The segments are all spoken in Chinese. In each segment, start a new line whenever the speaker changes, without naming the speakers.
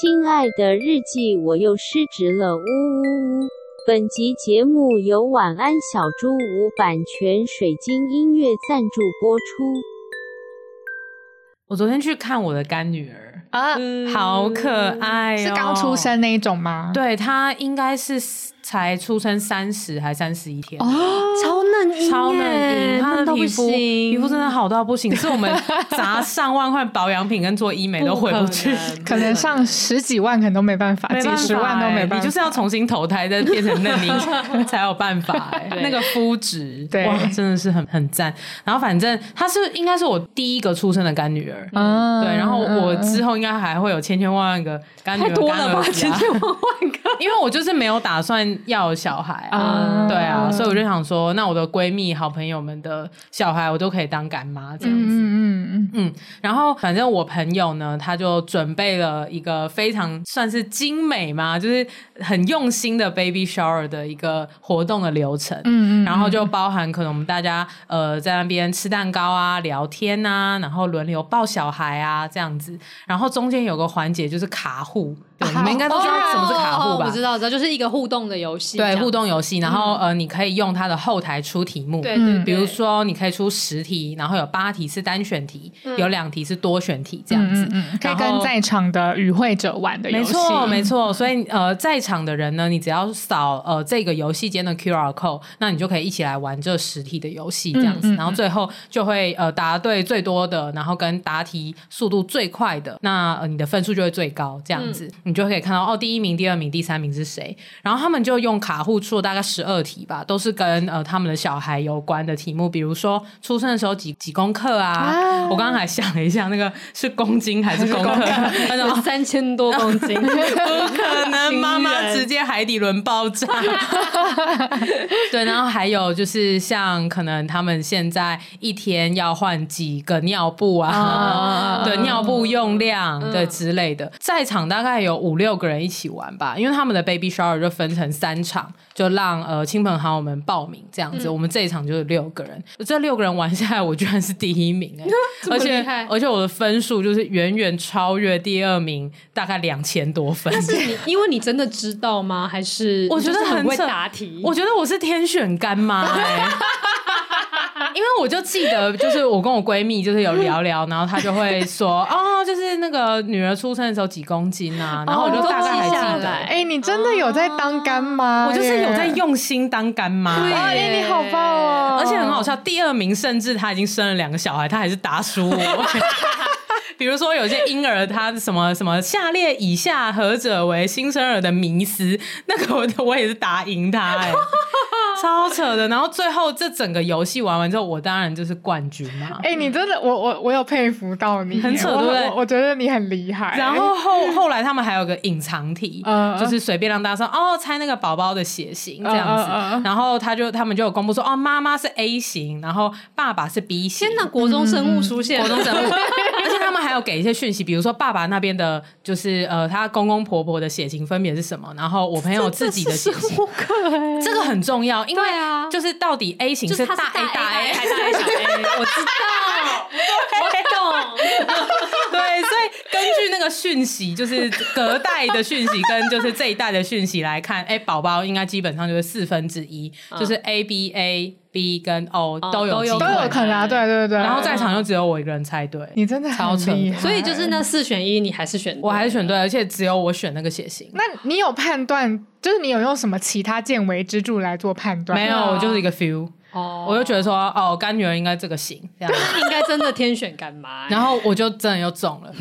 亲爱的日记，我又失职了，呜呜呜！本集节目由晚安小猪屋版权水晶音乐赞助播出。
我昨天去看我的干女儿，
啊，
嗯
好可爱、哦
是刚出，生那一种吗？，
哎对她应该是才出生三十还三十一天。
哦，
超嫩音耶，
超嫩，她
嫩
的
到不
皮肤皮
行，
肤真的好到不行，是我 们砸上万块保养品跟做医美都回不去，
可能上十几万可能都没办法，
没办
几
法
十万都没
欸
办法，
你就是要重新投胎再变成 嫩你才有办法、欸，
对
那个肤质，
对
哇，真的是很很赞。然后反正她是应该是我第一个出生的干女儿，
嗯，
对，然后我
嗯
之后应该还会有千千万万个干女
太
儿、
多
干
了吧，
儿子
千
啊，
千万万个。
因为我就是没有打算要有小孩啊。
嗯
对啊，所以我就想说，那我的闺蜜、好朋友们的小孩，我都可以当干妈这样子。
嗯嗯嗯
嗯，然后反正我朋友呢，他就准备了一个非常算是精美嘛，就是很用心的 baby shower 的一个活动的流程。
嗯嗯，
然后就包含可能我们大家呃在那边吃蛋糕啊、聊天呐、然后轮流抱小孩啊这样子，然后中间有个环节就是卡户，对，
啊
你们应该都知道什么是卡户吧？
我知道，知道，哦就是一个互动的游戏，
对，互动游戏，然后、呃你可以用它的后台出题目，
对，对，对
嗯
比如，说你可以出十题，然后有八题是单选题，
嗯
有两题是多选题这
这
样子。
嗯可以
然后
跟在场的与会者玩的游
没
戏，
错，没错。所以呃，在场的人呢，你只要扫呃这个游戏间的 QR code，那你就可以一起来玩这实体的游戏这样子。
嗯嗯嗯
然后最后就会呃答对最多的，然后跟答题速度最快的，那、呃、你的分数就会最高这样
嗯
子。你就可以看到哦，第一名、第二名、第三名是谁。然后他们就用卡户出了大概十二题吧，都是跟呃他们的小孩有关的题目，比如说出生的时候几几公克啊。
啊
我刚刚还想了一下，那个是公斤还是公 克？那种
三千多公斤，
不可能，妈妈直接海底轮爆炸。 对，然后还有就是像可能他们现在一天要换几个尿布啊，
啊
对，尿布用量
嗯
对之类的，在场大概有五六个人一起玩吧，因为他们的 baby shower 就分成三场，就让呃亲朋好友们报名这样子。我们这一场就是六个人，这六个人玩下来，我居然是第一名 哎、
这么
而且
厉害
而且我的分数就是远远超越第二名，大概两千多分。
是你因为你真的知道吗？还是
我觉得
你就是很会
扯
答题？
我觉得我是天选干 妈、欸。因为我就记得，就是我跟我闺蜜就是有聊聊，然后她就会说，哦，就是那个女儿出生的时候几公斤啊，然后我就大概还
哦都
记
记下来
得，哦
哎，你真的有在当干妈耶？
我就是有在用心当干妈、
对
哇，哎，你好棒哦！
而且很好笑，第二名甚至他已经生了两个小孩，他还是打输 我。比如说有些婴儿，他什么什么下列以下何者为新生儿的迷思，那个我我也是打赢他、 哎，超扯的。然后最后这整个游戏玩完之后，我当然就是冠军嘛。
哎、你真的，我我我有佩服到你耶，
很扯
我
对不对
我我觉得你很厉害。
然后后后来他们还有个隐藏题，
哎嗯
就是随便让大家说哦，猜那个宝宝的血型这样子。
嗯嗯嗯嗯
然后他就他们就有公布说哦，妈妈是 A 型，然后爸爸是 B 型。
天哪，国中生物出现，
国中生物，而且他们还有给一些讯息，比如说爸爸那边的，就是呃，他公公婆婆的血型分别是什么，然后我朋友自己 的血型，这个很重要，因为
对啊
就是到底 A 型
就是他
大 A
大
大
A
A
还是大 A 小 A？我知道，我懂。
对，所以根据那个讯息，就是隔代的讯息跟就是这一代的讯息来看，哎，宝宝应该基本上就是四分之一，就是 A B A B 跟 O
嗯哦
都有
都
机
有嗯
都有
会，
可能啊，对对对。
然后在场就只有我一个人猜对，
你真的
超
很
扯
厉
的
害，
所以就是那四选一，你还是选对，
我还是选对，而且只有我选那个血型。
那你有判断，就是你有用什么其他见微知著来做判断？
没有，我就是一个 feel，、
哦，
我就觉得说，哦，干女儿应该这个型这样，
应该真的天选干妈、
然
后
后我就真的又中 了。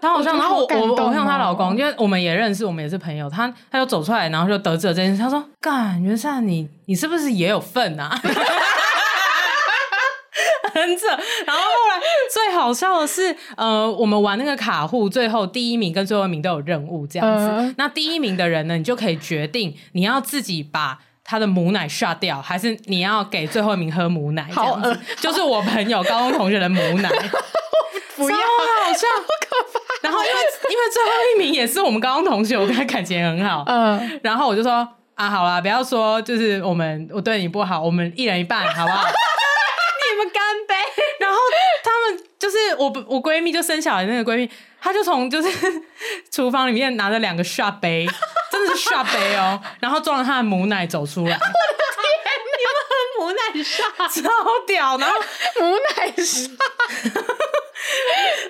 她好像，
我觉得
然后
好
我
感
我
动
我
哦
看她老公，因为我们也认识，我们也是朋友，她她就走出来，然后就得知了这件事，她说：“干，袁善你你是不是也有份啊？” 很扯，然后后来最好笑的是，呃，我们玩那个卡户，最后第一名跟最后一名都有任务这样子。
嗯
那第一名的人呢，你就可以决定你要自己把他的母奶刷掉，还是你要给最后一名喝母奶这样
好呃
子
恶。
就是我朋友高中同学的母奶，
不要
超好笑，然后因为因为最后一名也是我们高中同学，我跟他感情很好，
嗯，
然后我就说啊，好啦，不要说就是我们我对你不好，我们一人一半，好不好？
你们干杯，
然后他们就是我不我闺蜜就生小孩的那个闺蜜，她就从就是 厨房里面拿着两个 shot 杯，真的是 shot 杯哦，然后装了她的母奶走出来，
母奶沙，
超屌，然后
母奶是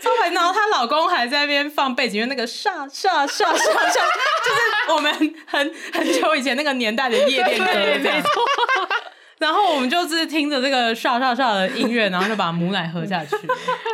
超白，然后她老公还在那边放背景音乐，那个煞煞煞煞煞，就是我们很很久以前那个年代的夜店歌
对，
这
没
样。
错，
然后我们就是听着这个煞煞煞的音乐，然后就把母奶喝下 去。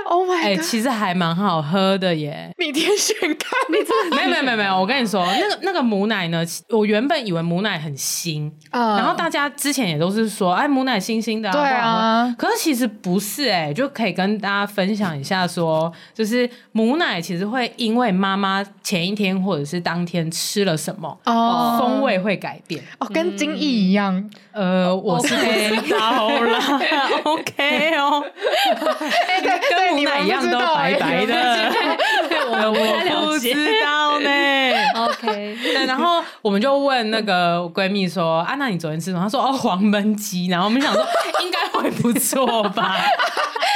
，Oh
哎、
my god！
其实还蛮好喝的耶。
你天选看，你真
没有没有没有没有，我跟你说，那个那个母奶呢，我原本以为母奶很腥，
嗯
然后大家之前也都是说，哎，母奶腥腥的、啊，
对啊
不好喝。可是其实不是哎、就可以跟大家分享一下说就是母奶其实会因为妈妈前一天或者是当天吃了什么，
哦
风嗯味会改变。
哦，跟精益一样。
呃，
哦
我是黑道 啦，OK 哦，
对对
哎跟母
你
奶
们
一样
不知
都
道
白白的，我 我不知道呢。
OK，
对，然后我们就问那个闺蜜说：“啊，那你昨天吃什么？”她说：“哦，黄焖鸡。”然后我们想说，应该会不错吧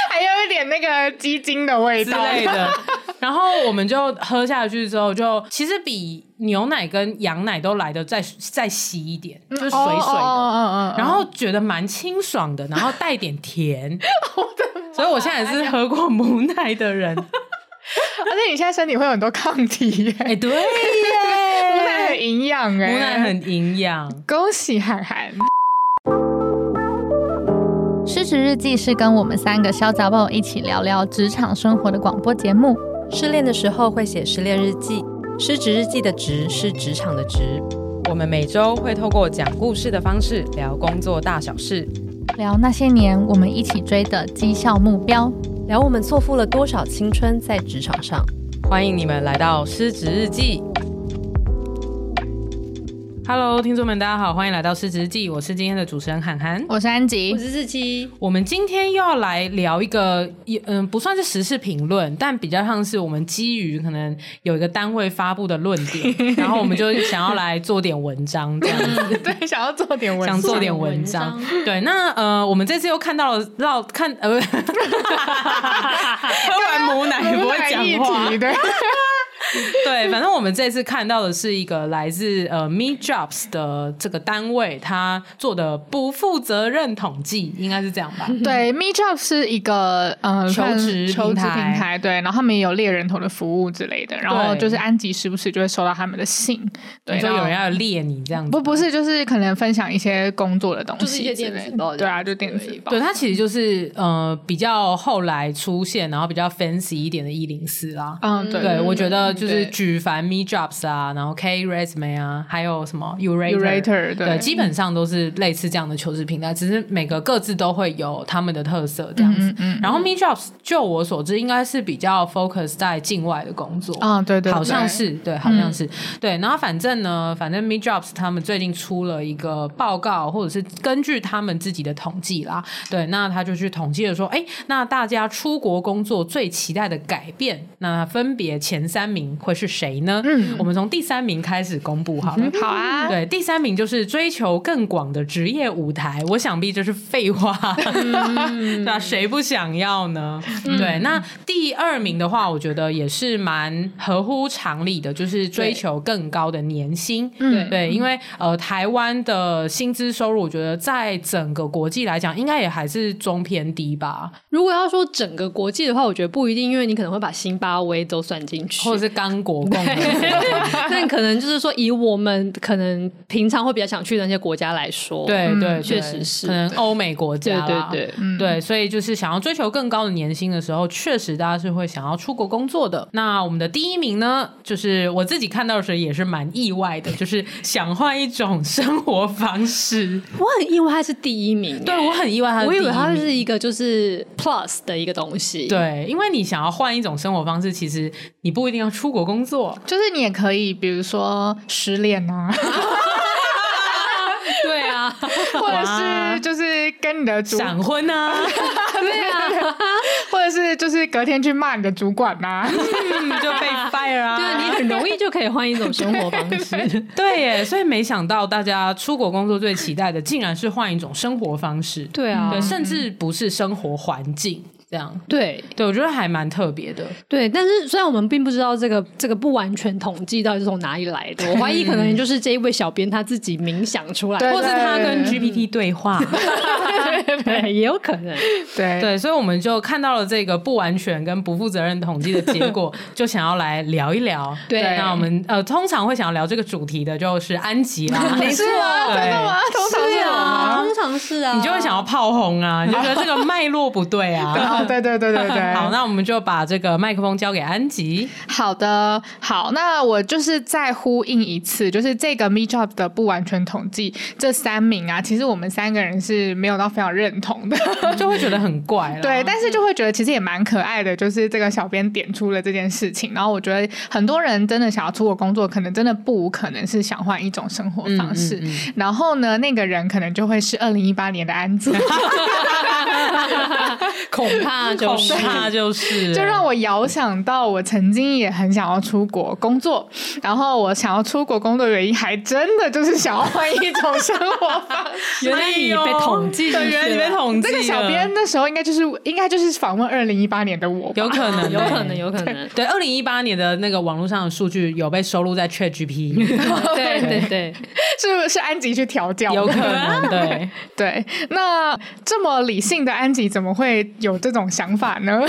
还有一点那个鸡精的 味
之
道
类的。然后我们就喝下去之后就，其实比牛奶跟羊奶都来的再再稀一点，就是水水的。
哦哦哦哦哦哦
然后觉得蛮清爽的，然后带点 甜。所以我现在也是喝过母奶的人。
而且你现在身体会有很多抗体耶，
哎、对耶，
母奶很营养哎，
母奶很营养。
恭喜涵涵，
失职日记是跟我们三个小杂宝一起聊聊职场生活的广播节目。
失恋的时候会写失恋日记，失职日记的职是职场的职。我们每周会透过讲故事的方式聊工作大小事，
聊那些年我们一起追的绩效目标。
聊我们错付了多少青春在职场上。
欢迎你们来到失职日记。Hello，听众们，大家好，欢迎来到失职日记，我是今天的主持人涵涵。
我是安吉，
是日期，
我们今天又要来聊一个，也嗯，不算是时事评论，但比较像是我们基于可能有一个单位发布的论点，然后我们就想要来做点文章这样子。
对，想要做点文
想做
章
点文章。对，那呃，我们这次又看到了绕看 呃， 不是喝完母奶哎不会讲
母
话
奶一体。对，啊
对，反正我们这次看到的是一个来自呃 Me Jobs 的这个单位，他做的不负责任统计，应该是这样吧？
对，Meetup 是一个呃
求
算
职
求职
平
平
台
台，对，然后他们也有猎人头的服务之类的，然后
对
就是安吉时不时就会收到他们的信，对，
你说
然后
有人要猎你这样子，
不不是，就是可能分享一些工作的东
就是一
西
些
之类的，
电子报这
对
样
啊，就
子
电
而
子
已
报
对，，它其实就是呃比较后来出现，然后比较 fancy 一点的一零四啦。
嗯，对，
对，我觉得就是
对
举凡 Me Jobs 啊，然后 K Resume 啊，还有什么啊 Urator，
Urator
对，
对，
基本上都是类似这样的求职平台，只是每个各自都会有他们的特色这样子。
嗯嗯嗯
然后 Me Jobs 就我所知，应该是比较 focus 在境外的工作。
啊，对对，
好像
对嗯
是对，好像是、对。然后反正呢，反正 Me Jobs 他们最近出了一个报告，或者是根据他们自己的统计啦，对，那他就去统计了说，哎，那大家出国工作最期待的改变，那分别前三名会是谁呢？
嗯
我们从第三名开始公布好了。
嗯好啊，
对，第三名就是追求更广的职业舞台，我想必这是废话， 对啊，谁不想要呢？
嗯
对，那第二名的话，我觉得也是蛮合乎常理的，就是追求更高的年薪。
嗯
对，因为呃，台湾的薪资收入，我觉得在整个国际来讲，应该也还是中偏低吧，
如果要说整个国际的话，我觉得不一定，因为你可能会把津巴威都算进去
或。者是刚果共和国。
那可能就是说，以我们可能平常会比较想去的那些国家来说，
对对，对
嗯确实是
可能欧美国家
对对
啦
对，
嗯，
对，所以就是想要追求更高的年薪的时候，确实大家是会想要出国工作的。那我们的第一名呢，就是我自己看到的时候也是蛮意外的，就是想换一种生活方式。
我很意外他是第一名，
对我很意外他是
我
第一
以
名，
为他是一个就是 plus 的一个东西，，
对，因为你想要换一种生活方式，其实你不一定要出国工作
就是你也可以，比如说失恋啊，
对啊，
或者是就是跟你的主，
闪婚啊，
对啊，
或者是就是隔天去骂你的主管啊 呐、
嗯就 被 fire 啊，
对啊，你很容易就可以换一种生活方式，
对耶，所以没想到大家出国工作最期待的，竟然是换一种生活方式。
对啊
对，甚至不是生活环境。这样。
对
对，我觉得还蛮特别的。
对，但是虽然我们并不知道这个这个不完全统计到底是从哪里来的，我怀疑可能就是这一位小编他自己冥想出来的，
对
或是他跟 GPT 对话，
对，也有可能。
对
对，所以我们就看到了这个不完全跟不负责任统计的结 果，就想要来聊一聊。
对
那我们呃通常会想要聊这个主题的 就是啊安吉啦，没错，
真的
啊
吗？通常是 我吗？
通常是啊，
你就会想要炮轰啊，你就觉得这 个脉络不对啊。
哦，对对 对对对。
好，那我们就把这个麦克风交给安吉。
好的，好，那我就是再呼应一次，就是这个 Me Job 的不完全统计，这三名啊，其实我们三个人是没有到非常认同的，
就会觉得很怪了。
对，但是就会觉得其实也蛮可爱的，就是这个小编点出了这件事情，然后我觉得很多人真的想要出国工作，可能真的不无可能是想换一种生活方式，
嗯嗯嗯
然后呢，那个人可能就会是二零一八年的安 子，
恐怕就是
恐
怕就是，
就让我遥想到我曾经也很想要出国工作，然后我想要出国工作的原因还真的就是想要换一种生活方式。
原来你被统计进
对，
去
原来你被
了
统计
这
了。
个小编那时候应该就是应该就是访问二零一八年的我吧，
有可能， 欸
有可能，。有可能，
对，二零一八年的那个网络上的数据有被收录在 ChatGPT，
对对对，
是不是安吉去调教？
有可能 对。
对。那这么理性的安吉怎么会有这种想法呢？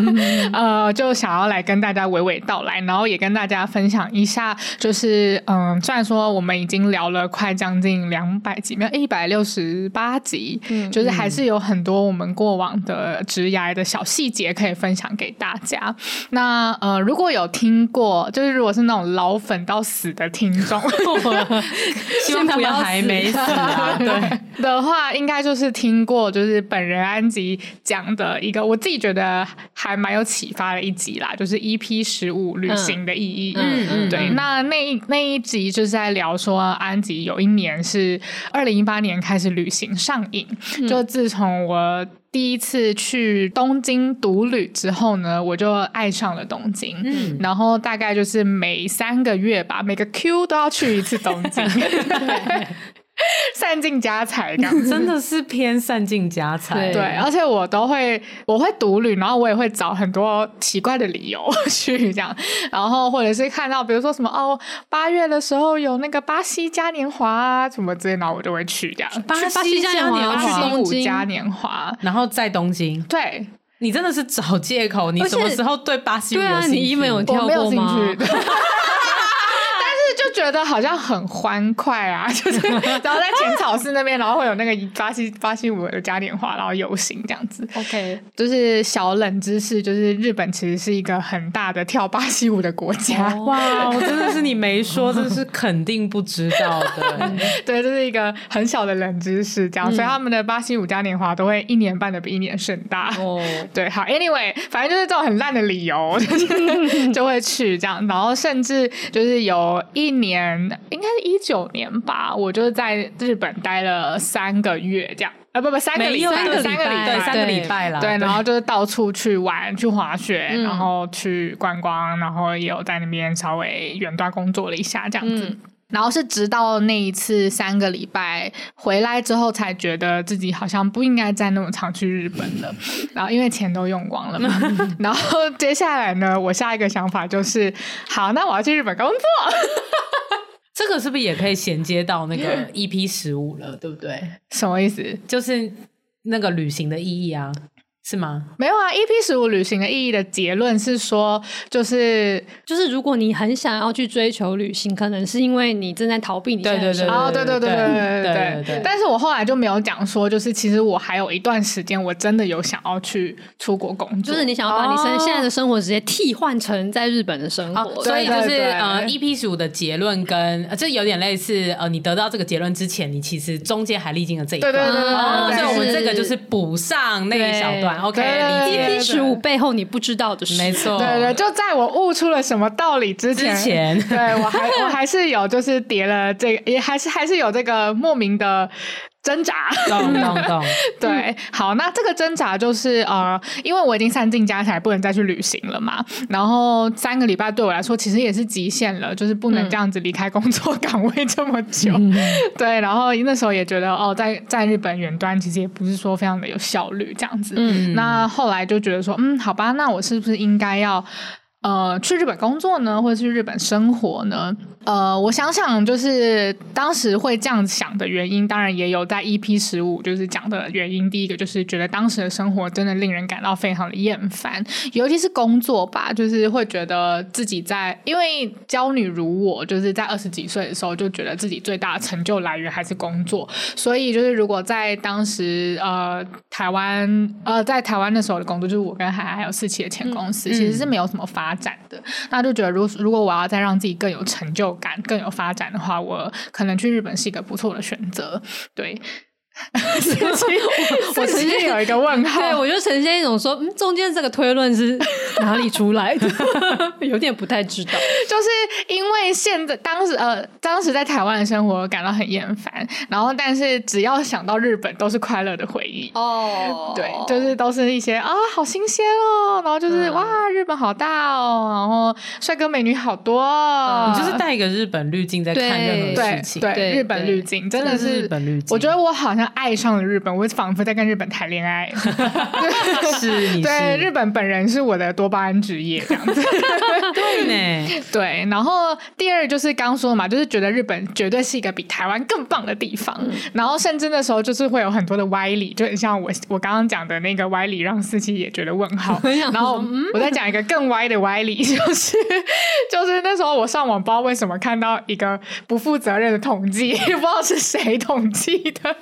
呃，就想要来跟大家娓娓道来，然后也跟大家分享一下，就是嗯，虽然说我们已经聊了快将近两百集，没有一百六十八集，就是还是有很多我们过往的职涯的小细节可以分享给大家。那呃，如果有听过，就是如果是那种老粉到死的听众，
希望不要还没死啊！对，
的话，应该就是听过，就是本人安吉讲的一个，我自己觉得还蛮有启发的一集啦，就是 EP 十五旅行的意义。
嗯嗯
对，那那一那一集就是在聊说，安吉有一年是二零一八年开始旅行上瘾，
嗯
就自从我。第一次去东京独旅之后呢，我就爱上了东京。嗯，然后大概就是每三个月吧，每个 Q 都要去一次东 京，散尽家财这样子。
真的是偏散尽家财。
对，而且我都会，我会独旅，然后我也会找很多奇怪的理由 去这样，然后或者是看到，比如说什么哦，八月的时候有那个巴西嘉年华啊什么之类，然后我就会去这样。
巴
巴西嘉年华
巴
去
西
东
舞
京
嘉年华，
然后在东京，
对
你真的是找借口。你
而
什
且
么时候对巴西舞
对啊，
兴趣
你 email 有
我
跳
没有
过
兴
吗？
趣。但 是就觉得好像很欢快啊， 就是然后在浅草寺那边，然后会有那个巴西巴西舞的嘉年华，然后游行这样子。
OK，
就是小冷知识，就是日本其实是一个很大的跳巴西舞的国家，
哦
哇，我真的是你没说，这是肯定不知道的。
对，这是一个很小的冷知识，这样，
嗯
所以他们的巴西舞嘉年华都会一年办的比一年盛大。
哦，
对，好，anyway，反正就是这种很烂的理由，就是 就会去这样，然后甚至就是有一年，应该是一九年吧，我就在日本待了三个月这样，啊不不三个
没
礼
有
拜，
对
三个礼
对
拜
三个礼拜啦。
对，然后就是到处去玩，去滑雪，
嗯
然后去观光，然后也有在那边稍微远端工作了一下，这样子。
嗯
然后是直到那一次三个礼拜回来之后，才觉得自己好像不应该再那么常去日本了。然后因为钱都用光了嘛。然后接下来呢，我下一个想法就是，好，那我要去日本工作。
这个是不是也可以衔接到那个 EP 十五了，对不对？
什么意思？
就是那个旅行的意义啊，是吗？
没有啊，EP 十五旅行的意义的结论是说，就是
就是如果你很想要去追求旅行，可能是因为你正在逃避你现在的生活
哦，对对对对对
对
对
对对
但是我后来就没有讲说，就是其实我还有一段时间，我真的有想要去出国工作，
就是你想要把你生现在的生活直接替换成在日本的生
哦
啊，
活，
所以
对
就是
对
呃，EP 十五的结论跟呃这有点类似呃，你得到这个结论之前，你其实中间还历经了这一
对
段。
对对对
哦，
对
所以
对
我
对
们这个
是
就是补上那一
对
小段，OK，
对对
理
对
解，
E
EP 十五背后你不知道的事，
没错，
对对，就在我悟出了什么道理之前，
之 前
对我还我还是有就是叠了这个，也还是还是有这个莫名的挣扎。
懂懂懂，
对，好，那这个挣扎就是呃，因为我已经散尽家财，不能再去旅行了嘛。然后三个礼拜对我来说其实也是极限了，就是不能这样子离开工作岗位这么久。 对，然后那时候也觉得哦，在在日本远端其实也不是说非常的有效率这样子。
嗯
那后来就觉得说，嗯，好吧，那我是不是应该要呃去日本工作呢，或者去日本生活呢？呃，我想想，就是当时会这样想的原因，当然也有在 EP 十五就是讲的原因。第一个就是觉得当时的生活真的令人感到非常的厌烦，尤其是工作吧，就是会觉得自己在，因为娇女如我，就是在二十几岁的时候就觉得自己最大的成就来源还是工作，所以就是如果在当时呃台湾呃在台湾的时候的工作，就是我跟海海还有四期的前公司，其实是没有什么发展的。那就觉得如如果我要再让自己更有成就感、更有发展的话，我可能去日本是一个不错的选择。 对，四期我曾经有一个问号，
对，我就呈现一种说，嗯，中间这个推论是哪里出来的， 有点不太知道。
就是因为现在当时呃，当时在台湾的生活感到很厌烦，然后但是只要想到日本，都是快乐的回忆。
哦嗯
对，就是都是一些啊，好新鲜哦，然后就是、哇，日本好大哦，然后帅哥美女好多哦，
你就是带一个日本滤镜在看任何
对
事情，
对
嗯对
日本滤镜，真的
这是
是
日本滤镜
我觉得我好像爱上了日本，我仿佛在跟日本谈恋爱。
是你
对，
是
日本本人是我的多巴胺职业这样子。
对呢，
对，然后第二就是刚说的嘛，就是觉得日本绝对是一个比台湾更棒的地方，然后甚至那时候就是会有很多的歪理，就很像我我刚刚讲的那个歪理，让司机也觉得问号。然后我再讲一个更歪的歪理，就是 就是那时候我上网不知道为什么看到一个不负责任的统计，不知道是谁统计的，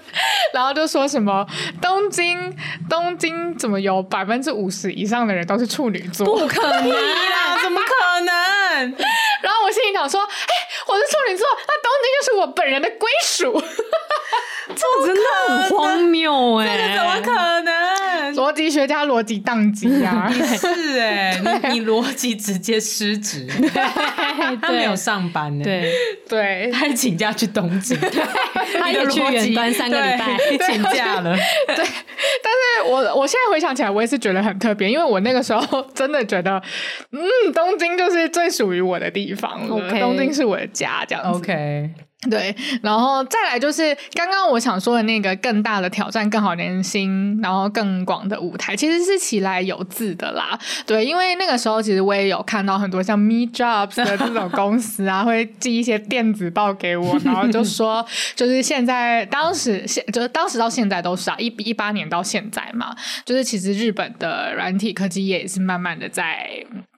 然后就说什么东京东京怎么有百分之五十以上的人都是处女座，
不可能，
啊，怎么可 能？
然后我心里想说，哎、我是处女座，那东京就是我本人的归属，
这真的很荒谬哎、
这怎么可能？
逻辑学家逻辑宕机啊！
是 哎，你你逻辑直接失职，
啊对
他没有上班呢，，
对，
对
他还请假去东京，
他也去远端三个礼拜，
对请假了，
对，但是我我现在回想起来，我也是觉得很特别，因为我那个时候 真的觉得，嗯，东京就是最属于我的地方了
OK
东京是我的家，这样子。
OK，
对，然后再来就是刚刚我想说的那个更大的挑战、更好年薪，然后更广的舞台，其实是起来有字的啦。对，因为那个时候其实我也有看到很多像 Me Jobs 的这种公司啊， 会寄一些电子报给我，然后就说就是现在当时现就是当时到现在都是啊，一一八年到现在嘛，就是其实日本的软体科技业也是慢慢的在。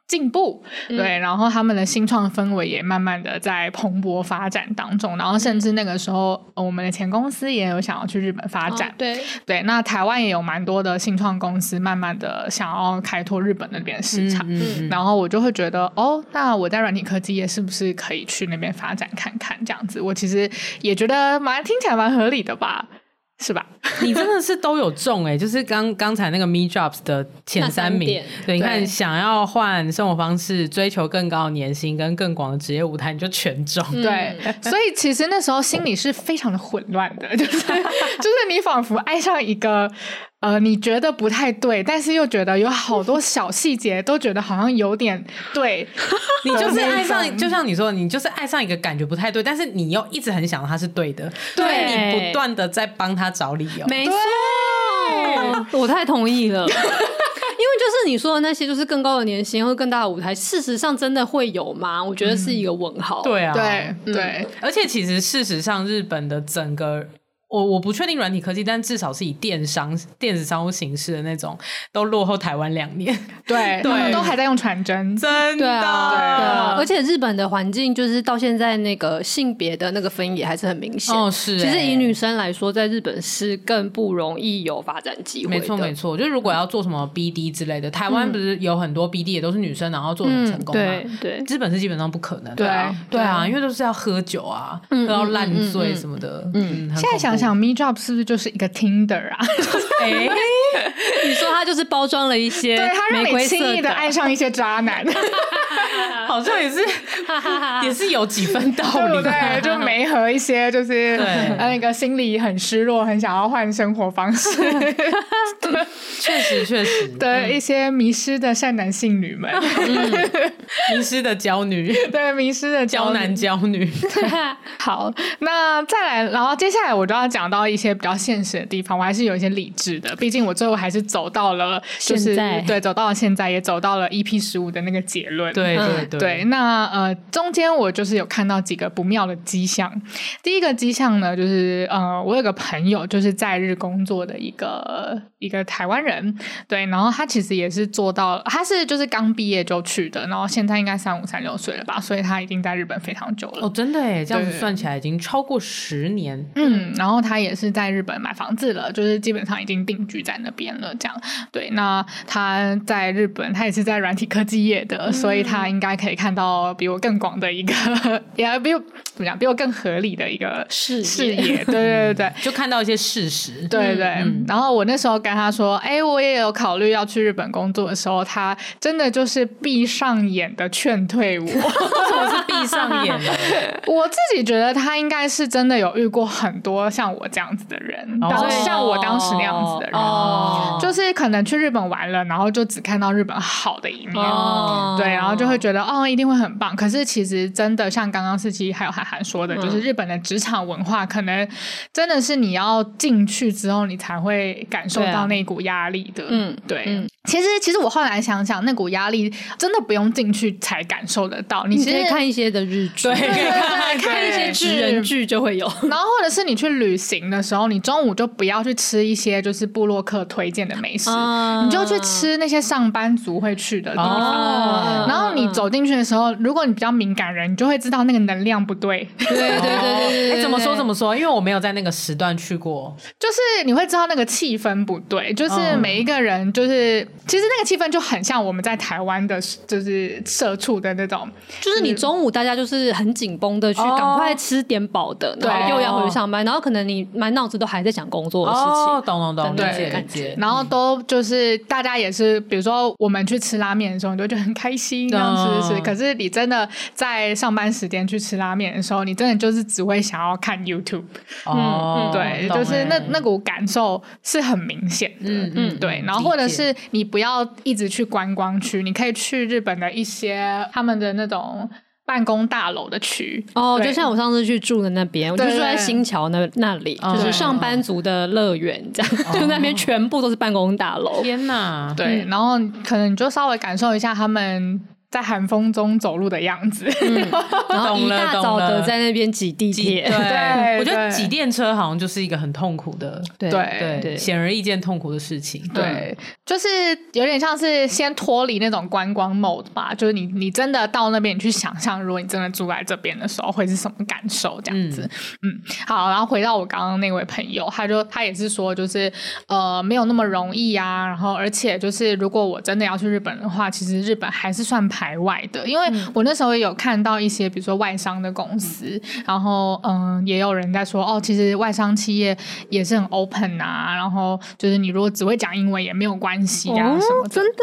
进步，
嗯
对，然后他们的新创氛围也慢慢的在蓬勃发展当中，然后甚
嗯
至那个时候，呃我们的前公司也有想要去日本
哦
发展，
哦对，
对，那台湾也有蛮多的新创公司慢慢的想要开拓日本那边的市场，
嗯
然后我就会觉得，哦，那我在软体科技业是不是可以去那边发展看看？这样子，我其实也觉得蛮听起来蛮合理的吧，是吧？
你真的是都有中哎、就是刚刚才那个 Me Jobs 的前三名，
那三点
对，你
对
看想要换生活方式，追求更高的年薪跟更广的职业舞台，你就全中。
嗯
对，
嗯
所以其实那时候心里是非常的混乱的，就是 就是你仿佛爱上一个呃，你觉得不太对，但是又觉得有好多小细节都觉得好像有点对，
你就是爱
那
上，
种
就像你说，你就是爱上一个感觉不太对，但是你又一直很想他是对的，所以你不断的在帮他找理由。
没错，
啊
我太同意了。因为就是你说的那些，就是更高的年薪或更大的舞台，事实上真的会有吗？我觉得是一个问号。
对啊，
嗯对对，
而且其实事实上，日本的整个。我我不确定软体科技，但至少是以电商、电子商务形式的那种，都落后台湾两年，
对，他们
对
都还在用传真，
真的。
对啊，对啊，而
且
且日本的环境就是到现在那个性别的那个分野还是很明显。
哦是
其实
欸
以女生来说，在日本是更不容易有发展机会的。
没错没错，就如果要做什么 BD 之类的，台湾不是有很多 BD 也都是女生，然后做的很成
啊
功
嗯对
吗？
对。
日本是基本上不可能的
对
啊，对啊，因为都是要喝酒啊，喝到烂醉什么的。嗯，很
现在想想
恐
，Me Job 是不是就是一个 Tinder 啊？
怖，哎，
你说他就是包装了一些
对，它让
玫
你
瑰
轻
色
易的爱上一些渣男。
好像也是
啊
也是有几分道
对
理啊
不对？就没和一些就
对
是呃那个心里很失落，很想要换生活方式
确实确实，
的一些迷失的善男信女们，
迷失的娇 女、
对迷失的
娇
女
男娇女，
好，那再来，然后接下来我就要讲到一些比较现实的地方，我还是有一些理智的，毕竟我最后还是走到了，就是
现在
对，走到了现在，也走到了 EP 十五的那个结论。
对对
嗯
对，
对，那呃，中间我就是有看到几个不妙的迹象。第一个迹象呢，就是呃，我有个朋友就是在日工作的一个一个台湾人，对，然后他其实也是做到，他是就是刚毕业就去的，然后现在应该三五三六岁了吧，所以他已经在日本非常久了
哦，。真的哎，这样子
对
算起来已经超过十年。
嗯，然后他也是在日本买房子了，就是基本上已经定居在那边了。这样，对，那他在日本，他也是在软体科技业的，所以他应该可以看到比我更广的一个， 也比我怎么讲，比我更合理的一个
视野
视野。对对对对。
就看到一些事实，
对对，
嗯
然后我那时候跟他说，哎，我也有考虑要去日本工作的时候，他真的就是闭上眼的劝退我。
为什么 是闭上眼呢？
我自己觉得他应该是真的有遇过很多像我这样子的人，
哦
当、像我当时那样子的人，
哦
就是可能去日本玩了，然后就只看到日本好的一面。
哦
对，然后就会觉得哦，一定会很棒。可是其实真的像刚刚四七还有韩寒
嗯
说的，就是日本的职场文化，可能真的是你要进去之后，你才会感受
对啊
到那股压力的。
嗯
对。
嗯
其实，其实我后来想想，那股压力真的不用进去才感受得到。你
你
其
可以
实
看一些的日剧，
对可以看
看一些
剧
职人剧就会有。
然后或者是你去旅行的时候，你中午就不要去吃一些就是布洛克推荐的美食，
啊
你就去吃那些上班族会去的地方。
哦
然后你走进去的时候，如果你比较敏感人，你就会知道那个能量不对，
对对对对对
哎，怎么说怎么说？因为我没有在那个时段去过，
就是你会知道那个气氛不对，就是
嗯
每一个人就是，其实那个气氛就很像我们在台湾的，就是社畜的那种，
就是你中午大家就是很紧绷的去
哦
赶快吃点饱的，
对
然后又要回去上班，然后可能你满脑子都还在想工作的事情。
哦，懂懂懂，
对
理解
对
理解。
然后都就是大家也是，比如说我们去吃拉面的时候，你就觉得很开心，这样吃吃
嗯
吃。可是你真的在上班时间去吃拉面的时候，你真的就是只会想要看 YouTube，、
哦，
嗯对，
懂
就是那
哎
那股感受是很明显的。
嗯嗯
对，
嗯
然后或者
理解
是你不要一直去观光区，你可以去日本的一些他们的那种办公大楼的区
哦，
对
就像我上次去住的那边，我就
对对
住在
对
新桥那那里，
哦
就是上班族的乐园，这样，就那边全部都是办公大楼。
天哪，
对，然后可能你就稍微感受一下他们在寒风中走路的样子。
嗯 然后
懂
一
了
大
懂
早的
了
在那边挤地
挤
铁，
对
我觉得
对
挤电车好像就是一个很痛苦的，
对
对
对，显而易见痛苦的事情。
对，就是有点像是先脱离那种观光 mode 吧，就是你你真的到那边，你去想象，如果你真的住在这边的时候，会是什么感受这样子。嗯好，然后回到我刚刚那位朋友，他就他也是说，就是呃没有那么容易啊，然后而且就是如果我真的要去日本的话，其实日本还是算排外的，因为我那时候也有看到一些比如说外商的公司，然后嗯，也有人在说哦，其实外商企业也是很 open 啊，然后就是你如果只会讲英文也没有关系啊，什么真的。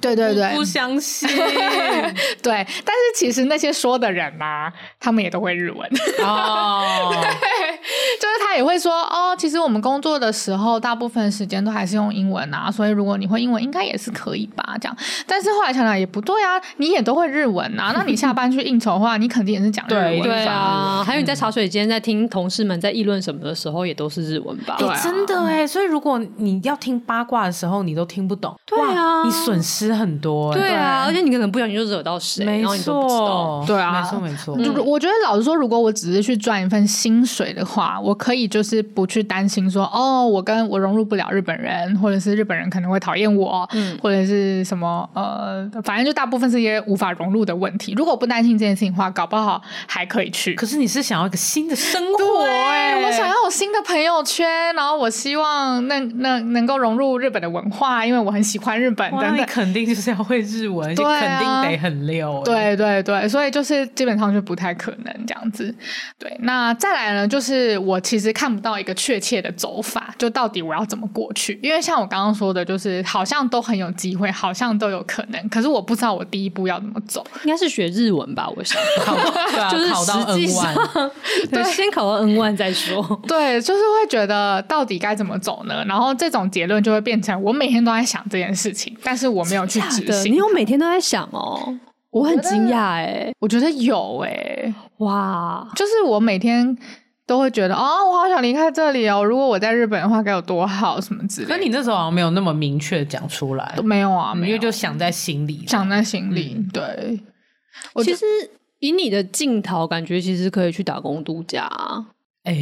对对对
不相信
对，但是其实那些说的人啊，他们也都会日文，就
哦，
是他也会说哦，其实我们工作的时候大部分时间都还是用英文啊，所以如果你会英文，应该也是可以吧？这样，但是后来想想也不对啊，你也都会日文啊，那你下班去应酬的话，你肯定也是讲日
对
文，
对啊，还有你在茶水间在听同事们在议论什么的时候，也都是日文吧？
对
哎
啊
真的哎，所以如果你要听八卦的时候，你都听不懂，
对啊
哇你损失很多哎。
对啊，而且你可能不小心就惹到谁，
没
然后你都不知道。
错，
对啊
没错没错。
就我觉得老实说，如果我只是去赚一份薪水的话，我可以就是不去担心说，哦，我跟我融入不了日本人，或者是日本人可能会讨厌我，或者是什么呃，反正就大部分是一些无法融入的问题。如果不担心这件事情的话，搞不好还可以去。
可是你是想要一个新的生活哎，
对，我想要有新的朋友圈，然后我希望能能能够融入日本的文化，因为我很喜欢日本
哇，
等
你
等。
肯定就是要会日文，而且
对
肯定
啊
得很溜、欸。
对对对，所以就是基本上就不太可能这样子。对，那再来呢，就是我其实看不到一个确切的走法，就到底我要怎么过去？因为像我刚刚说的，就是好像都很有机会，好像都有可能，可是我不知道我第一步要怎么走。
应该是学日文吧，我想，
考，对啊，
就是
考到
实际
N
上
万，，
对，先考到 N 万再说。
对，就是会觉得到底该怎么走呢？然后这种结论就会变成我每天都在想这件事情，但是我没有去
假
执
的，你
行。
有每天都在想哦，我很惊讶哎，
我觉得有诶、
哇，
就是我每天都会觉得，哦，我好想离开这里哦。如果我在日本的话，该有多好，什么之类的。
可你那时候好像没有那么明确讲出来
都，没有啊，
嗯
没
因
有
为就想在心里。
想在心里。
嗯
对，我
其
就
实以你的镜头，感觉其实可以去打工度假啊，
哎、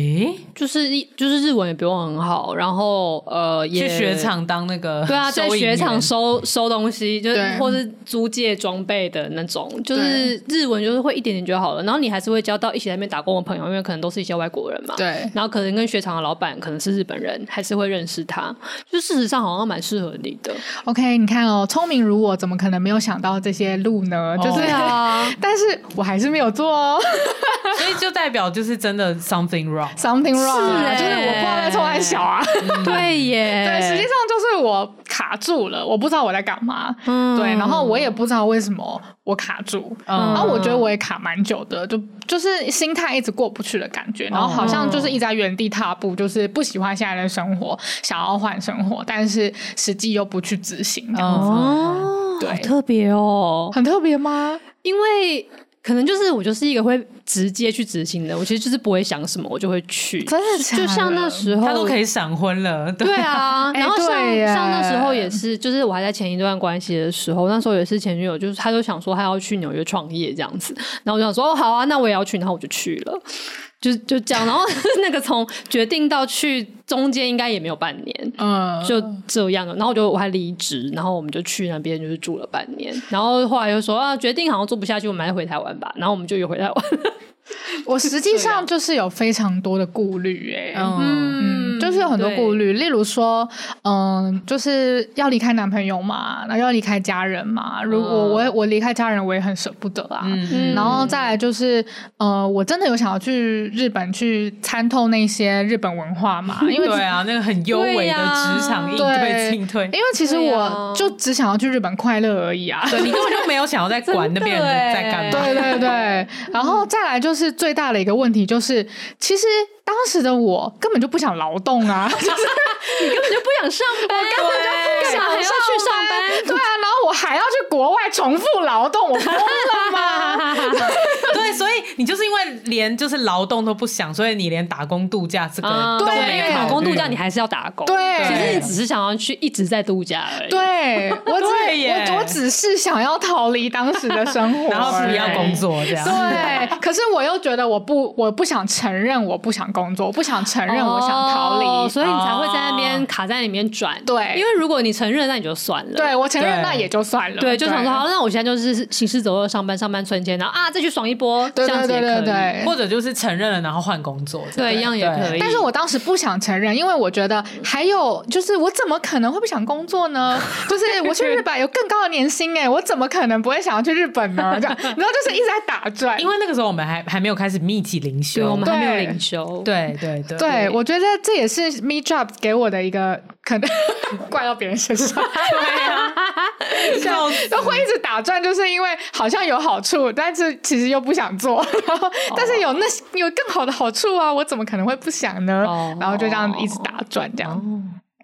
就是一就是日文也不用很好，然后呃也
去雪。场当那个
对啊，在
收银
雪场
员
收收东西，就是
对
或是租借装备的那种，就是日文就是会一点点就好了。然后你还是会交到一起在那边打工的朋友，因为可能都是一些外国人嘛。。
对。
然后可能跟雪场的老板可能是日本人，还是会认识他。就事实上好像蛮适合你的。
OK，你看哦，聪明如我，怎么可能没有想到这些路呢？就是、
对
啊，
但是我还是没有做哦
所以就代表就是真的 something wrong。
，something wrong，啊、
是欸
就是我不知道在冲安小啊。
对耶，
对，实际上就是我卡住了，我不知道我在干嘛。
嗯
对，然后我也不知道为什么我卡住，
嗯
然后我觉得我也卡蛮久的，就就是心态一直过不去的感觉，然后好像就是一直在原地踏步，就是不喜欢现在的生活，想要换生活，但是实际又不去执
嗯
行，这样子
哦，
嗯对
好特别哦，
很特别吗？
因为可能就是我就是一个会直接去执行的，我其实就是不会想什么，我就会去。
真的假的
就像那时候，
他都可
以。
以闪婚了，对
对啊，
哎
然后像、
对耶
像那时候也是，就是我还在前一段关系的时候，那时候也是前女友，就是她就想说她要去纽约创业这样子，然后我就想说哦好啊，那我也要去，然后我就去了，就就这样，然后 那个从决定到去中间应该也没有半年，
嗯，
就这样了。然后我就我还离职，然后我们就去那边就是住了半年，然后后来又说啊，决定好像做不下去，我们还是回台湾吧。然后我们就又回台湾，
我实际上就是有非常多的顾虑、欸，
嗯，
嗯，就是有很多顾虑，例如说，嗯，就是要离开男朋友嘛，然后要离开家人嘛。如果我、我离开家人，我也很舍不得啊。
嗯，
嗯
然后再来就是，呃，我真的有想要去日本去参透那些日本文化嘛，因 为
对啊，那个很优美
对
的
呀
职场应对
对
进退
因，为其实
对啊
我就只想要去日本快乐而已啊。
对你根本就没有想要再管那边人在干嘛，
对对对，然后再来就是最大的一个问题就是，其实当时的我根本就不想劳动啊， 就是
你根本就不想上班，我根本就不想还要去上班。
对啊，然后我还要去国外重复劳动，我疯了吗？
对，所以你就是因为连就是劳动都不想，所以你连打工度假这个
啊，
都
对
没
因为
考
打工
虑
度假你还是要打工，
对
其实你只是想要去一直在度假而已。
对我
对耶
只我我只是想要逃离当时的生 活，
然后不要工。作这样，
对，可是我又觉得我不，我不想承认我不想工作，我不想承
哦，
认我想逃离。
所以你才会在那边卡在里面转。
对
因为如果你承认，那你就算了。
对我承认
对
那也就算了，
对，就想说好，那我现在就是行尸走肉上班，上班存钱，然后啊再去爽一波，
对
这样
对
子也
对
可以。
对对。
或者就是承认了然后换工作这样，
对，一样也
对
可以。
但是我当时不想承认，因为我觉得还有就是我怎么可能会不想工作呢？就是我去日本有更高的年薪哎，我怎么可能不会想要去日本呢？这样，然后就是一直在打转，
因为那个时候我们还还没有开始密集灵
对，我
修，
们还没有
对
领休。
对对对
对，我觉得这也是 Me Job 给我的一个可能怪到别人身上，
对啊，笑死
都会一直打转，就是因为好像有好处，但是其实又不想做， 然后但是有那有更好的好处啊，我怎么可能会不想呢？
哦
然后就这样一直打转这样。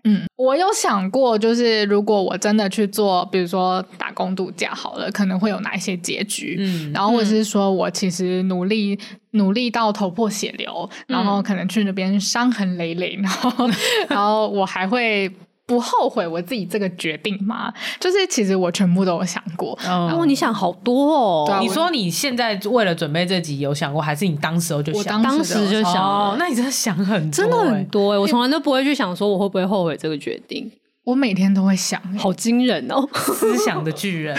嗯，我有想过，就是如果我真的去做，比如说打工度假好了，可能会有哪一些结局？
嗯
然后或者是说我其实努力努力到头破血流，
嗯
然后可能去那边伤痕累累，然 后然后我还会不后悔我自己这个决定吗？就是其实我全部都有想过，
哇，
嗯。
你想好多哦。
对啊
你说你现在为了准备这集有想过，还是你当时候就
我
想？
当
当
时的
时就想
哦
了，，
那你真的想很多
真的
欸
很多哎、我从来都不会去想说我会不会后悔这个决定，
我每天都会想，欸
好惊人哦！
思想的巨人，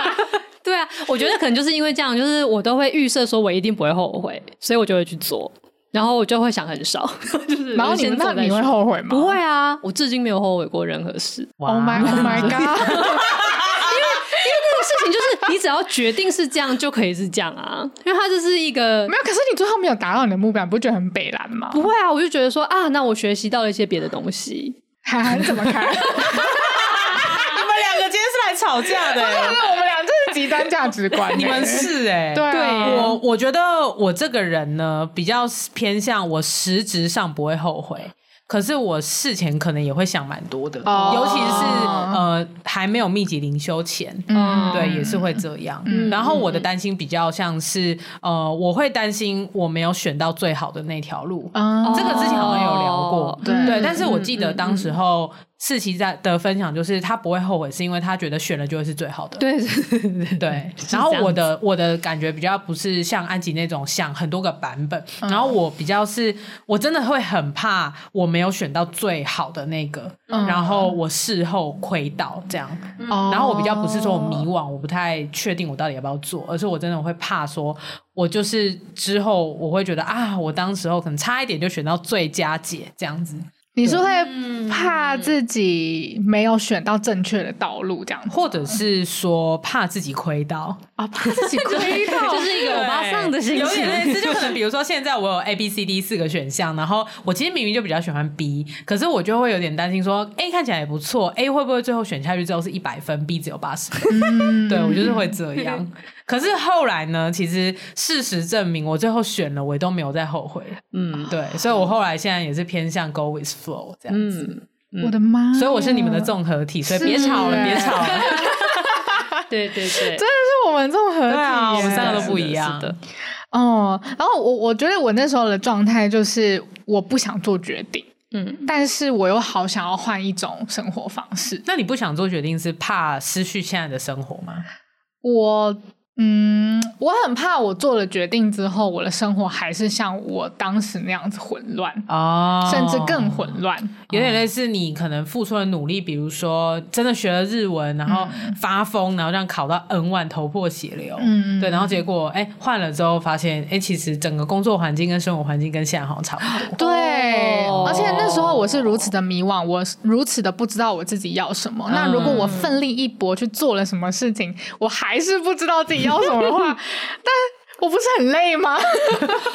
对啊，我觉得可能就是因为这样，就是我都会预设说我一定不会后悔，所以我就会去做。然后我就会想很少， 就是
然后你
先做
那
再
你会
说
后悔吗？
不会啊，我至今没有后悔过任何事。
，Oh my Oh my God！
事情就是你只要决定是这样，就可以是这样啊，因为它这是一个
没。有，可是你最后没有达到你的目标，你不觉得很北蓝吗？
不会啊，我就觉得说啊，那我学习到了一些别的东西，
韩寒怎么 看？
你们两个今天是来吵架的、欸
对我们俩这是极端价值观 欸，
你们是哎、
对啊
我我觉得我这个人呢，比较偏向我实质上不会后悔，可是我事前可能也会想蛮多的，
哦
尤其是呃还没有密集灵修前，
嗯
对，也是会这样。
嗯
然后我的担心比较像是呃，我会担心我没有选到最好的那条路。
嗯
哦这个之前好像有聊过，
哦
对
对，
嗯
但是我记得当时候世奇在的分享就是他不会后悔，是因为他觉得选了就会是最好的。
对对对对
对，
是
然后
这样
我的我的感觉比较不是像安吉那种想很多个版本，
嗯
然后我比较是我真的会很怕我没有选到最好的那个，
嗯
然后我事后亏到这样，
哦
然后我比较不是说我迷惘，我不太确定我到底要不要做，而是我真的会怕说，我就是之后我会觉得啊，我当时候可能差一点就选到最佳解这样子，
你是会怕自己没有选到正确的道路这样子
或者是说怕自己亏到，
啊，怕自己亏到，
就是一个欧巴桑的心
有
情
点。类似，就可能比如说现在我有 A B C D 四个选项，然后我其实明明就比较喜欢 B，可是我就会有点担心说 A 看起来也不错，A 会不会最后选下去之后是一百分，B 只有八十分？对我就是会这样。可是后来呢，其实事实证明我最后选了，我也都没有再后悔。
嗯
对，所以我后来现在也是偏向 go with flow 这样子。
嗯，
我的妈！
所以我是你们的综合体，所以别吵了，
是
别吵了。
对对对
真的，是我们综合体耶，
对啊，我们三个都不
是
一
的
样
是。的
哦，然后我我觉得我那时候的状态就是我不想做决定，
嗯，
但是我又好想要换一种生活方式。
那你不想做决定是怕失去现在的生活吗？
我嗯，我很怕我做了决定之后，我的生活还是像我当时那样子混乱，
哦，
甚至更混乱。
有点类似你可能付出了努力，比如说真的学了日文，然后
嗯
发疯，然后让考到 N 万头破血流，
嗯
对，然后结果哎换了之后发现，哎其实整个工作环境跟生活环境跟现在好像差不多。
对，
哦
而且那时候我是如此的迷惘，我如此的不知道我自己要什么。那如果我奋力一搏去做了什么事情，我还是不知道自己要什么 的话，但我不是很累吗？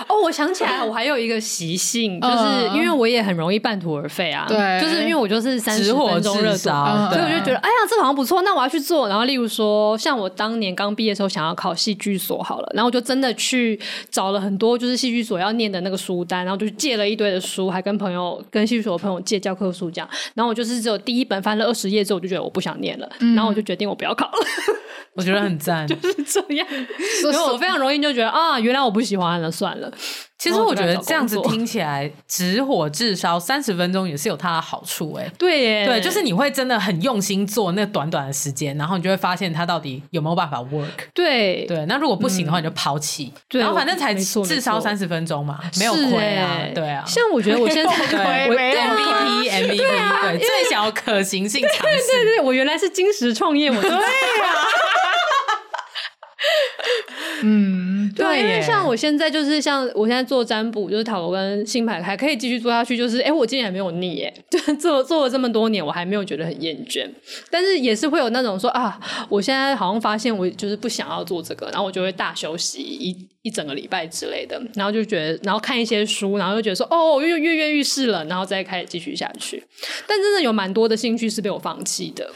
哦，我想起来，我还有一个习性，就
嗯
是因为我也很容易半途而废啊，
对
就是因为我就是三
直
十
火
分钟热
自
度，
烧，
嗯
所以
对
我就觉得，哎呀，这个好像不错，那我要去做。然后，例如说，像我当年刚毕业的时候，想要考戏剧所好了，然后我就真的去找了很多就是戏剧所要念的那个书单，然后就去借了一堆的书，还跟朋友跟戏剧所的朋友借教科书这样。然后我就是只有第一本翻了二十页之后，我就觉得我不想念了，然后我就决定我不要考了，
我觉得很赞。
是这样。
所
因为我非常容易就觉得啊，原来我不喜欢了，算了。
其实我觉得这样子听起来，直火自烧三十分钟也是有它的好处哎、
对耶，
对，就是你会真的很用心做那短短的时间，然后你就会发现它到底有没有办法 work。
对
对，那如果不行的话，你就抛弃。
对
然后反正才
没错
至少
没错
三十分钟嘛，没有
是
亏啊
耶，
对啊。
像我觉得我现在
对
亏
我
没有啊
MVP MVP 对最小可行性尝
啊对
试。
对，我原来是金石创业，我对
啊
呀、
嗯，
对啊，因
耶
为像我现在就是像我现在做占卜，就是塔罗跟星盘，还可以继续做下去。就是哎、诶我竟然没有腻耶， 就是做做了这么多年，我还没有觉得很厌倦。但是也是会有那种说啊，我现在好像发现我就是不想要做这个，然后我就会大休息一一整个礼拜之类的，然后就觉得，然后看一些书，然后就觉得说哦，我又跃跃欲试了，然后再开始继续下去。但真的有蛮多的兴趣是被我放弃的。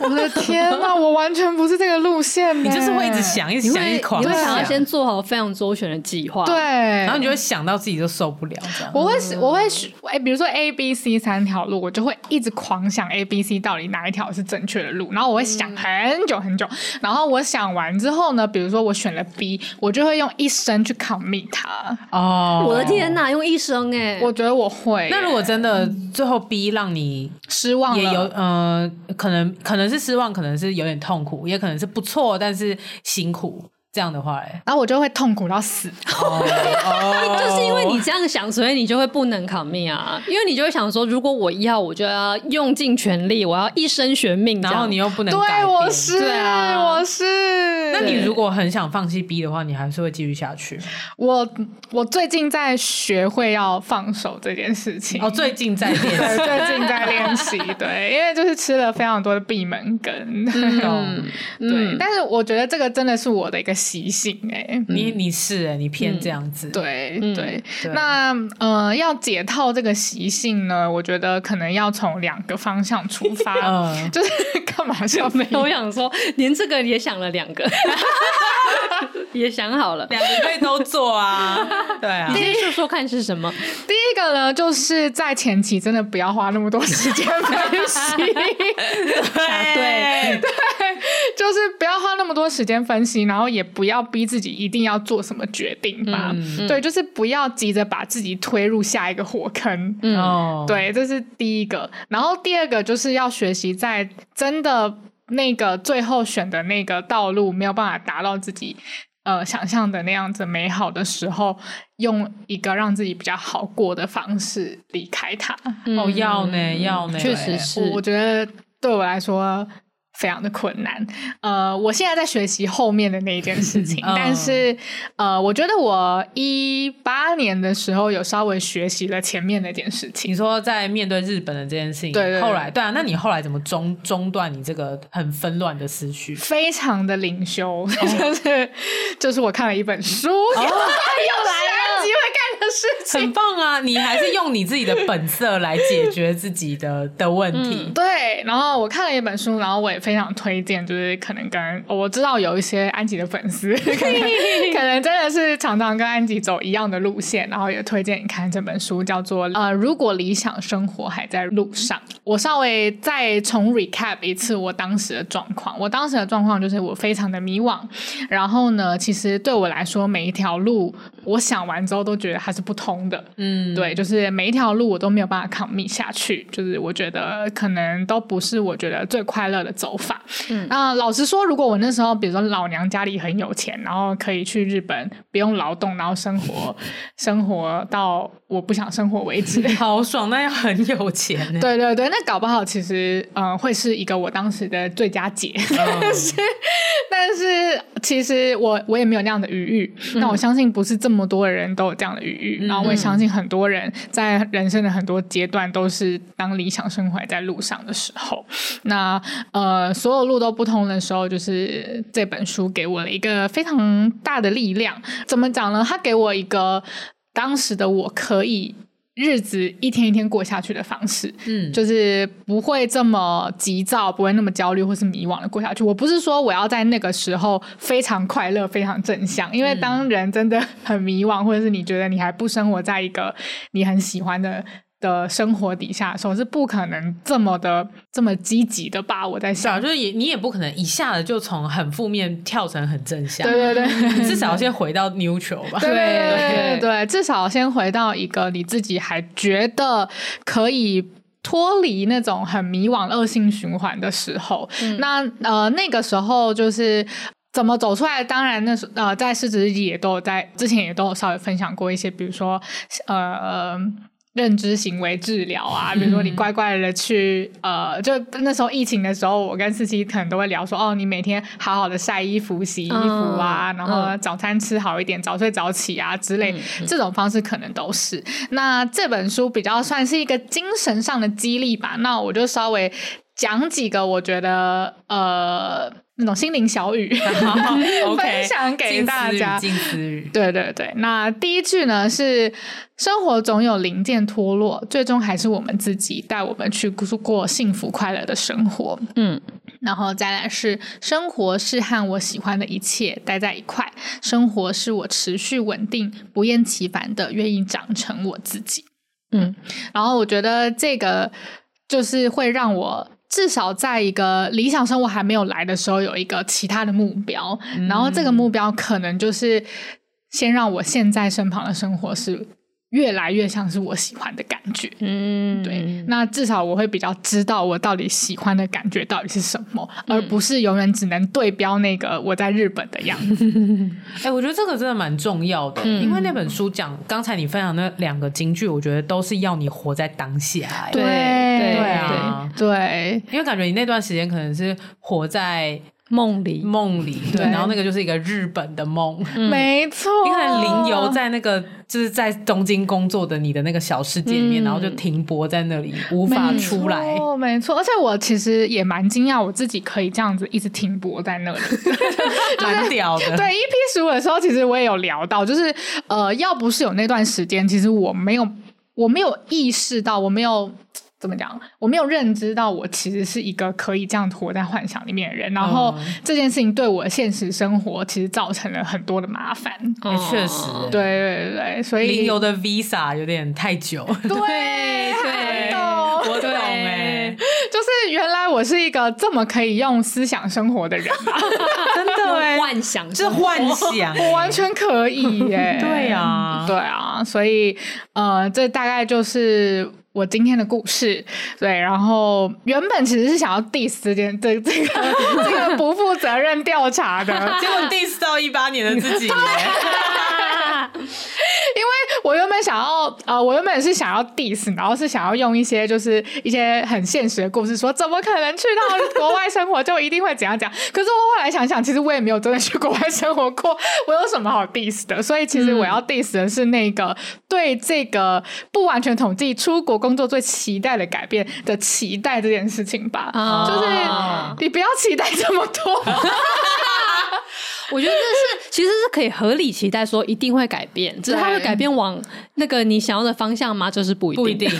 我的天呐，我完全不是这个路线呢，
你就是会一直想，一直想，一直狂
你会想要
想，
先做好非常周全的计划，
对，，啊
然后你就会想到自己就受不了这样。
我会是，我会是，哎、比如说 A、B、C 三条路，我就会一直狂想 A、B、C 到底哪一条是正确的路，然后我会想很久很久，然后我想完之后呢，比如说我选了 B，我就会用一生去 commit 它。
哦，
我的天哪，用一生哎、
我觉得我会耶，
那如果真的最后逼让你
失望
也
了
有呃，可能可能是失望，可能是有点痛苦，也可能是不错，但是辛苦。这样的话、欸，
然后我就会痛苦到死。
哦，
就是因为你这样想，所以你就会不能 commit 啊，因为你就会想说，如果我要，我就要用尽全力，我要一生悬命这 样。
然后你又不能改
对，
变
我是，
对啊
我是。
那你如果很想放弃 B 的话，你还是会继续下去吗。
我我最近在学会要放手这件事情。
哦，
嗯
最近在
对，
练习。
最近在练习，对，因为就是吃了非常多的闭门 羹，
懂
对
嗯，
但是我觉得这个真的是我的一个习性、哎，
你你是哎、欸，你偏这样子。
对、
嗯
对。
对
那呃，要解套这个习性呢，我觉得可能要从两个方向出发，
嗯，
就是干嘛笑没
我想说，连这个也想了两个， 也想好了。嗯
两个可以都做啊。对啊
你，先说说看是什么？
第一个呢，就是在前期真的不要花那么多时间分析，
对
就是不要花那么多时间分析，然后也不要逼自己一定要做什么决定吧。
嗯
对，就是不要急着把自己推入下一个火坑。
嗯
哦，
对，这是第一个。然后第二个就是要学习在真的那个最后选的那个道路没有办法达到自己呃想象的那样子美好的时候，用一个让自己比较好过的方式离开它。
哦要呢要呢，，
嗯确实是
我我觉得对我来说。非常的困难，呃，我现在在学习后面的那一件事情
嗯
但是呃，我觉得我一八年的时候有稍微学习了前面那件事情
你，说在面对日本的这件事情，
对对对
后来对啊，那你后来怎么中 中断你这个很纷乱的思绪？
非常的领袖， 就是就是我看了一本书， 又来哦了，机会干的事
很
情。
棒 啊！你还是用你自己的本色来解决自己的的问题。
对，然后我看了一本书，然后我也非常推荐，就是可能跟哦我知道有一些安吉的粉丝，可能可能真的是常常跟安吉走一样的路线，然后也推荐你看这本书，叫做呃，如果理想生活还在路上。我稍微再重 recap 一次我当时的状况，我当时的状况就是我非常的迷惘，然后呢，其实对我来说，每一条路我想完之后都觉得它是不通的，
嗯，
对，就是每一条路我都没有办法 commit 下去，就是我觉得可能都不是我觉得最快乐的走法。嗯，那老实说，如果我那时候比如说老娘家里很有钱，然后可以去日本不用劳动，然后生活生活到我不想生活为止。
好爽，那要很有钱呢。啊
对对对，那搞不好其实嗯、呃会是一个我当时的最佳解，
嗯，
但是其实我我也没有那样的余裕。那、我相信不是这么多人都有这样的余裕，然后我也相信很多人在人生的很多阶段都是当理想生活还在路上的时候。那呃，所有路都不通的时候，就是这本书给我了一个非常大的力量。怎么讲呢？它给我一个当时的我可以。日子一天一天过下去的方式，
嗯
就是不会这么急躁，不会那么焦虑或是迷惘的过下去。我不是说我要在那个时候非常快乐、非常正向，因为当人真的很迷惘，或者是你觉得你还不生活在一个你很喜欢的。的生活底下的时候是不可能这么的这么积极的吧？我在
是啊，
想，
就是也你也不可能一下子就从很负面跳成很正向，
对对对，
你至少先回到 neutral 吧。
对对
对
对，至少先回到一个你自己还觉得可以。脱离那种很迷惘恶性循环的时候，那呃那个时候就是怎么走出来？当然那时呃在市值也都有在之前也都有稍微分享过一些，比如说呃认知行为治疗啊，比如说你乖乖的去、呃，就那时候疫情的时候，我跟思琪可能都会聊说，哦，你每天好好的晒衣服、洗衣服啊，
嗯
然后
嗯
早餐吃好一点，早睡早起啊之类，这种方式可能都是。那这本书比较算是一个精神上的激励吧。那我就稍微讲几个我觉得呃那种心灵小语，
好 OK，
分享给大家
近思语，
对对对，那第一句呢是“生活总有零件脱落，最终还是我们自己带我们去过幸福快乐的生活。”
嗯，
然后再来是“生活是和我喜欢的一切待在一块，生活是我持续稳定、不厌其烦的愿意长成我自己。”
嗯，
然后我觉得这个就是会让我。至少在一个理想生活还没有来的时候，有一个其他的目标，然后这个目标可能就是先让我现在身旁的生活是越来越像是我喜欢的感觉。
嗯，
对，那至少我会比较知道我到底喜欢的感觉到底是什么，而
嗯
不是永远只能对标那个我在日本的样子。
哎、我觉得这个真的蛮重要的，
嗯
因为那本书讲刚才你分享那两个金句，我觉得都是要你活在当下、哎
对对
对啊
对
因为感觉你那段时间可能是活在
梦里
梦里，对，
对哦
然后那个就是一个日本的梦，
对，没错，
嗯你可能灵游在那个就是在东京工作的你的那个小世界里面，
嗯
然后就停泊在那里，无法出来
没。错，没错。而且我其实也蛮惊讶，我自己可以这样子一直停泊在那里。
蛮屌的。
对 EP 十五的时候，其实我也有聊到，就是呃，要不是有那段时间，其实我没有，我没有意识到，我没有。怎么讲？我没有认知到，我其实是一个可以这样活在幻想里面的人。然后
嗯
这件事情对我的现实生活其实造成了很多的麻烦。
哎确实
哦
对对对对，所以
灵游的 Visa 有点太久，
对
对
对
我懂哎、
就是原来我是一个这么可以用思想生活的人 啊，
真的 哎、
幻想
这幻想、。
欸 我完全可以耶
对啊
对啊，所以呃，这大概就是我今天的故事。对，然后原本其实是想要 diss 这件这这个 这个不负责任调查的，
结果 diss 到一八年的自己耶、
我原本想要，呃，我原本是想要 diss，然后是想要用一些就是一些很现实的故事说，怎么可能去到国外生活就一定会怎样怎样？可是我后来想想，其实我也没有真的去国外生活过，我有什么好 diss 的？所以其实我要 diss 的是那个、对这个不完全统计出国工作最期待的改变的期待这件事情吧。
啊
就是你不要期待这么多，
我觉得这是其实是可以合理期待说一定会改变，只是它会改变往那个你想要的方向吗？就是不一定。
不一 定。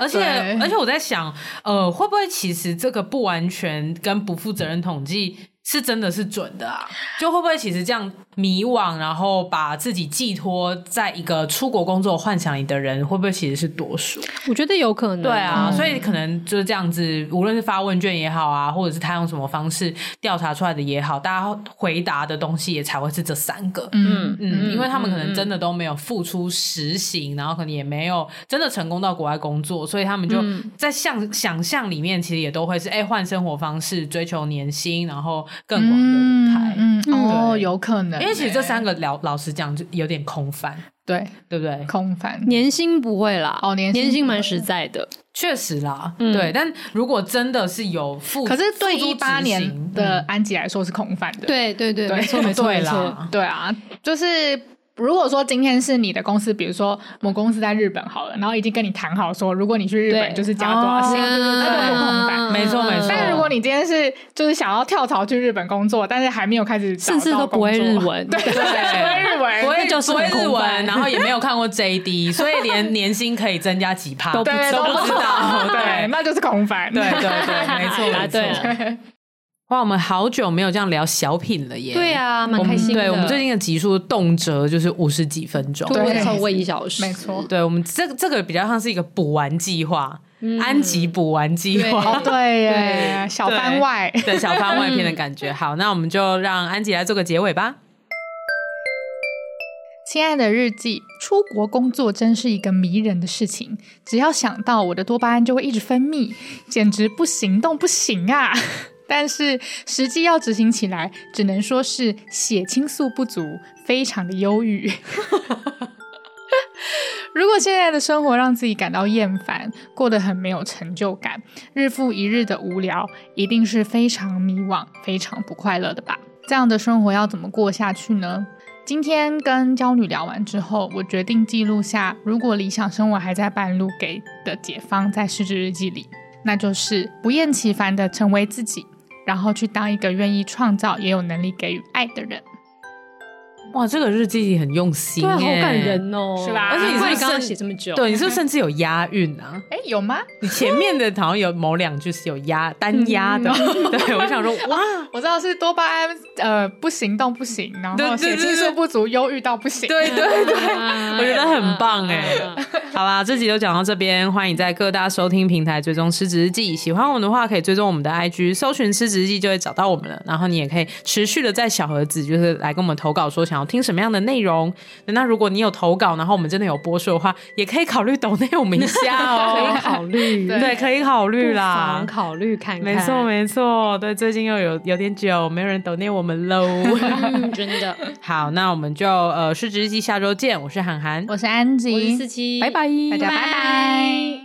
而且
对
而且我在想，呃，会不会其实这个不完全跟不负责任统计是真的是准的啊？就会不会其实这样迷惘，然后把自己寄托在一个出国工作幻想里的人，会不会其实是多数？
我觉得有可能。
对啊，所以可能就是这样子，无论是发问卷也好啊，或者是他用什么方式调查出来的也好，大家回答的东西也才会是这三个。
嗯。
嗯，因为他们可能真的都没有付出实行，然后可能也没有真的成功到国外工作，所以他们就
嗯
在想、想象里面，其实也都会是哎换、生活方式，追求年薪，然后更广的舞台。
嗯，嗯哦，
对
有可能欸，
因为其实这三个老老实讲就有点空泛，
对
对不对？
空翻
年薪不会啦，
哦年薪
年薪蛮实在的。
确实啦，对。但如果真的是有付，
嗯可是对
付诸
一八
执
年
行
的
嗯
安吉来说是空泛的，
对对对，
对
没错没错
对
没
啦
错。
对啊，就是如果说今天是你的公司，比如说某公司在日本好了，然后已经跟你谈好说，如果你去日本
对
就是加多少钱，
嗯
那就不空泛。
没错没错
但如果你今天是就是想要跳槽去日本工作，但是还没有开始找
甚至
到
都不会
工
日
作，
文，
对，甚至 不会日文，
不会
哎那就是
不会
很空
日文，
泛
然后也没有看过 JD，所以连年薪可以增加几趴
都
对，
都
都
不知 道，
对，那就是空泛。
对对对，没错，
答
没
对
错。
了，
哇，我们好久没有这样聊小品了耶！
对啊，蛮
我们
开心的。
对我们最近的集数动辄就是五十几分钟。
突
对
破超过一小时，
没错
对我们这个这个比较像是一个补完计划，
嗯
安吉补完计
哦
划，，
对耶，小
对
番外。
对小番外篇 的感
嗯
觉。好，那我们就让安吉来做个结尾吧。
亲爱的日记，出国工作真是一个迷人的事情。只要想到，我的多巴胺就会一直分泌，简直不行动不行啊！ 但是实际要执行起来，只能说是血清素不足，非常的忧郁。如果现在的生活让自己感到厌烦，过得很没有成就感，日复一日的无聊，一定是非常迷惘、非常不快乐的吧？这样的生活要怎么过下去呢？今天跟娇女聊完之后，我决定记录下，如果理想生活还在半路给的解放在失职日记里，那就是不厌其烦的成为自己，然后去当一个愿意创造也有能力给予爱的人，
哇，这个日记很用心
对，啊好
耶
感。人哦，
是吧
而且你是
难
不
怪
是
你
刚刚
是
写这么久？
对，你是不是甚至有押韵啊？
哎，有吗？
你 前面的好像有某两句是有押单押的，
嗯
对我 想说哇，
我知道是多巴胺，呃，不行动不行，然
对
后
对对
血清素
对
不足，忧郁到不行。
对对 对，
啊，
我觉得很棒哎、
啊啊
好啦，这集就讲到这边，欢迎在各大收听平台追踪《失职日记》。喜欢我们的话，可以追踪我们的 IG，搜寻《失职日记》就会找到我们了。然后你也可以持续的在小盒子，就是来跟我们投稿，说想想要听什么样的内容。那如果你有投稿，然后我们真的有播出的话，也可以考虑抖内我们一下
可以
哦。
考虑，
对
对，可以考虑
不
啦
妨。考虑看看。
没错，没错，对，最近又有有点久，没有人抖内我们 喽。
嗯，真的。
好，那我们就呃，失职日记下周见。我是韩寒，
我是安吉，
我是四七，
大家拜拜。